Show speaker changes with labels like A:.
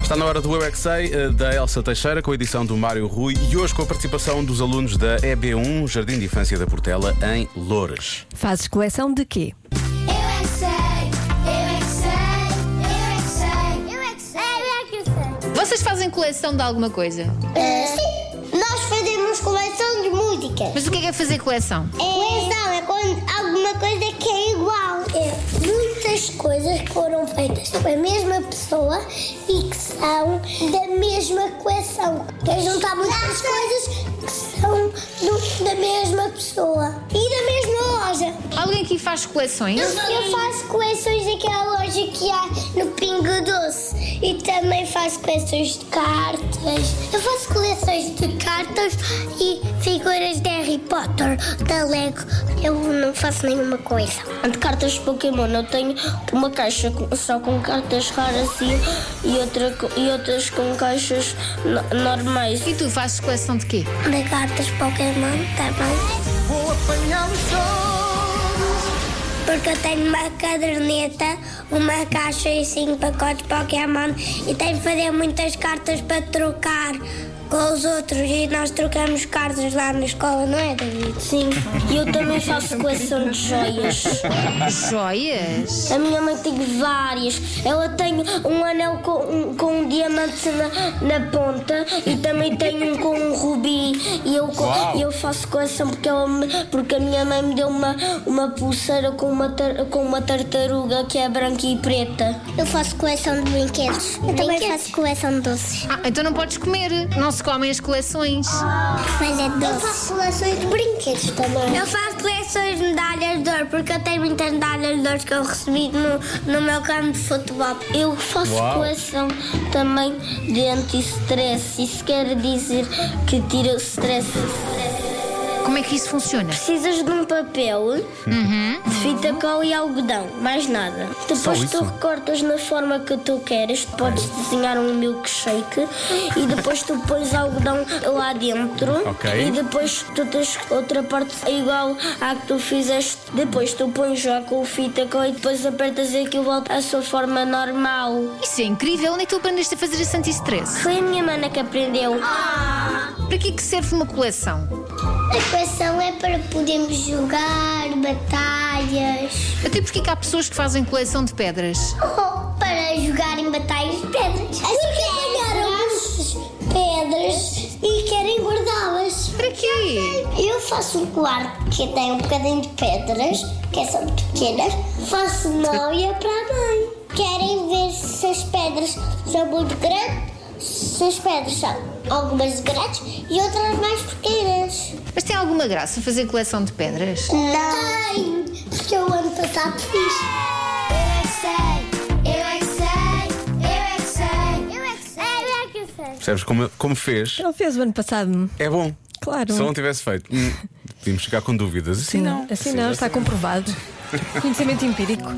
A: Está na hora do Eu é Que Sei, eh, da Elsa Teixeira, com a edição do Mário Rui e hoje com a participação dos alunos da EB1, Jardim de Infância da Portela, em Loures.
B: Fazes coleção de quê?
C: Eu é que sei, eu é que sei, eu é que sei, eu é que sei, eu é que sei, eu
D: Vocês fazem coleção de alguma coisa?
C: é que sei. Sim, nós fazemos coleção de músicas.
D: Mas o que é, que é fazer coleção?
C: Coleção é quando alguma coisa que é igual. É muitas coisas que foram feitas pela mesma pessoa e que são da mesma coleção. Quer juntar muitas coisas que são do- da mesma pessoa e da mesma loja.
D: Alguém aqui faz coleções?
C: Eu faço coleções daquela loja que há no Pingo Doce e também faço coleções de cartas. Eu faço coleções de cartas e figuras de Harry Potter, da Lego. Eu não faço nenhuma coisa.
E: De cartas de Pokémon, eu tenho uma caixa com- só com cartas raras e, e, outra, co- e outras com caixas no- normais.
D: E tu fazes coleção de quê?
C: De cartas Pokémon tá também.
F: Vou apanhá-los todos.
C: Porque eu tenho uma caderneta, uma caixa e cinco pacotes Pokémon e tenho de fazer muitas cartas para trocar com os outros e nós trocamos cartas lá na escola, não é, David?
E: Sim, e eu também faço coleção de joias.
D: Joias?
E: A minha mãe tem várias. Ela tem um anel com um, com um diamante na, na ponta e também tem um com um rubi. E eu, co- eu faço coleção porque, ela me- porque a minha mãe me deu uma, uma pulseira com uma, tar- com uma tartaruga que é branca e preta.
C: Eu faço coleção de brinquedos. Eu também faço coleção de doces.
D: Ah, então não podes comer. Não se comem as coleções.
C: Mas é doce. Eu faço coleções de brinquedos também. Eu faço coleções de medalhas de ouro, porque eu tenho muitas medalhas de ouro que eu recebi no, no meu campo de futebol.
E: Eu faço coleção também de anti-stress. Isso quer dizer que tira o stress.
D: Como é que isso funciona?
E: Precisas de um papel, de fita cola e algodão, mais nada. Depois tu recortas na forma que tu queres, tu podes desenhar um milkshake e depois tu pões algodão lá dentro.
A: Ok.
E: E depois tu tens outra parte igual à que tu fizeste. Depois tu pões lá com fita cola e depois apertas e aquilo volta à sua forma normal.
D: Isso é incrível. Onde é que tu aprendeste a fazer esse anti-stress?
E: Foi a minha mana que aprendeu.
D: Para que é que serve uma coleção?
C: A coleção é para podermos jogar batalhas.
D: Até porque é que há pessoas que fazem coleção de pedras?
C: Ou para jogar em batalhas de pedras. Assim apanharam as pedras e querem guardá-las.
D: Para quê?
C: Eu faço um quarto que tem um bocadinho de pedras, que são pequenas. Faço noia para a mãe. Querem ver se as pedras são muito grandes, se as pedras são algumas grandes e outras mais pequenas.
D: Mas tem alguma graça fazer coleção de pedras?
C: Não. Tem, porque o ano passado fiz. Eu é que sei, eu é que sei, eu é que sei, eu é que sei, eu é que sei.
A: Percebes como, como fez?
B: Não fez o ano passado?
A: É bom.
B: Claro.
A: Se eu não tivesse feito, hum, podíamos ficar com dúvidas. Assim não.
B: Assim não, está comprovado. Conhecimento empírico.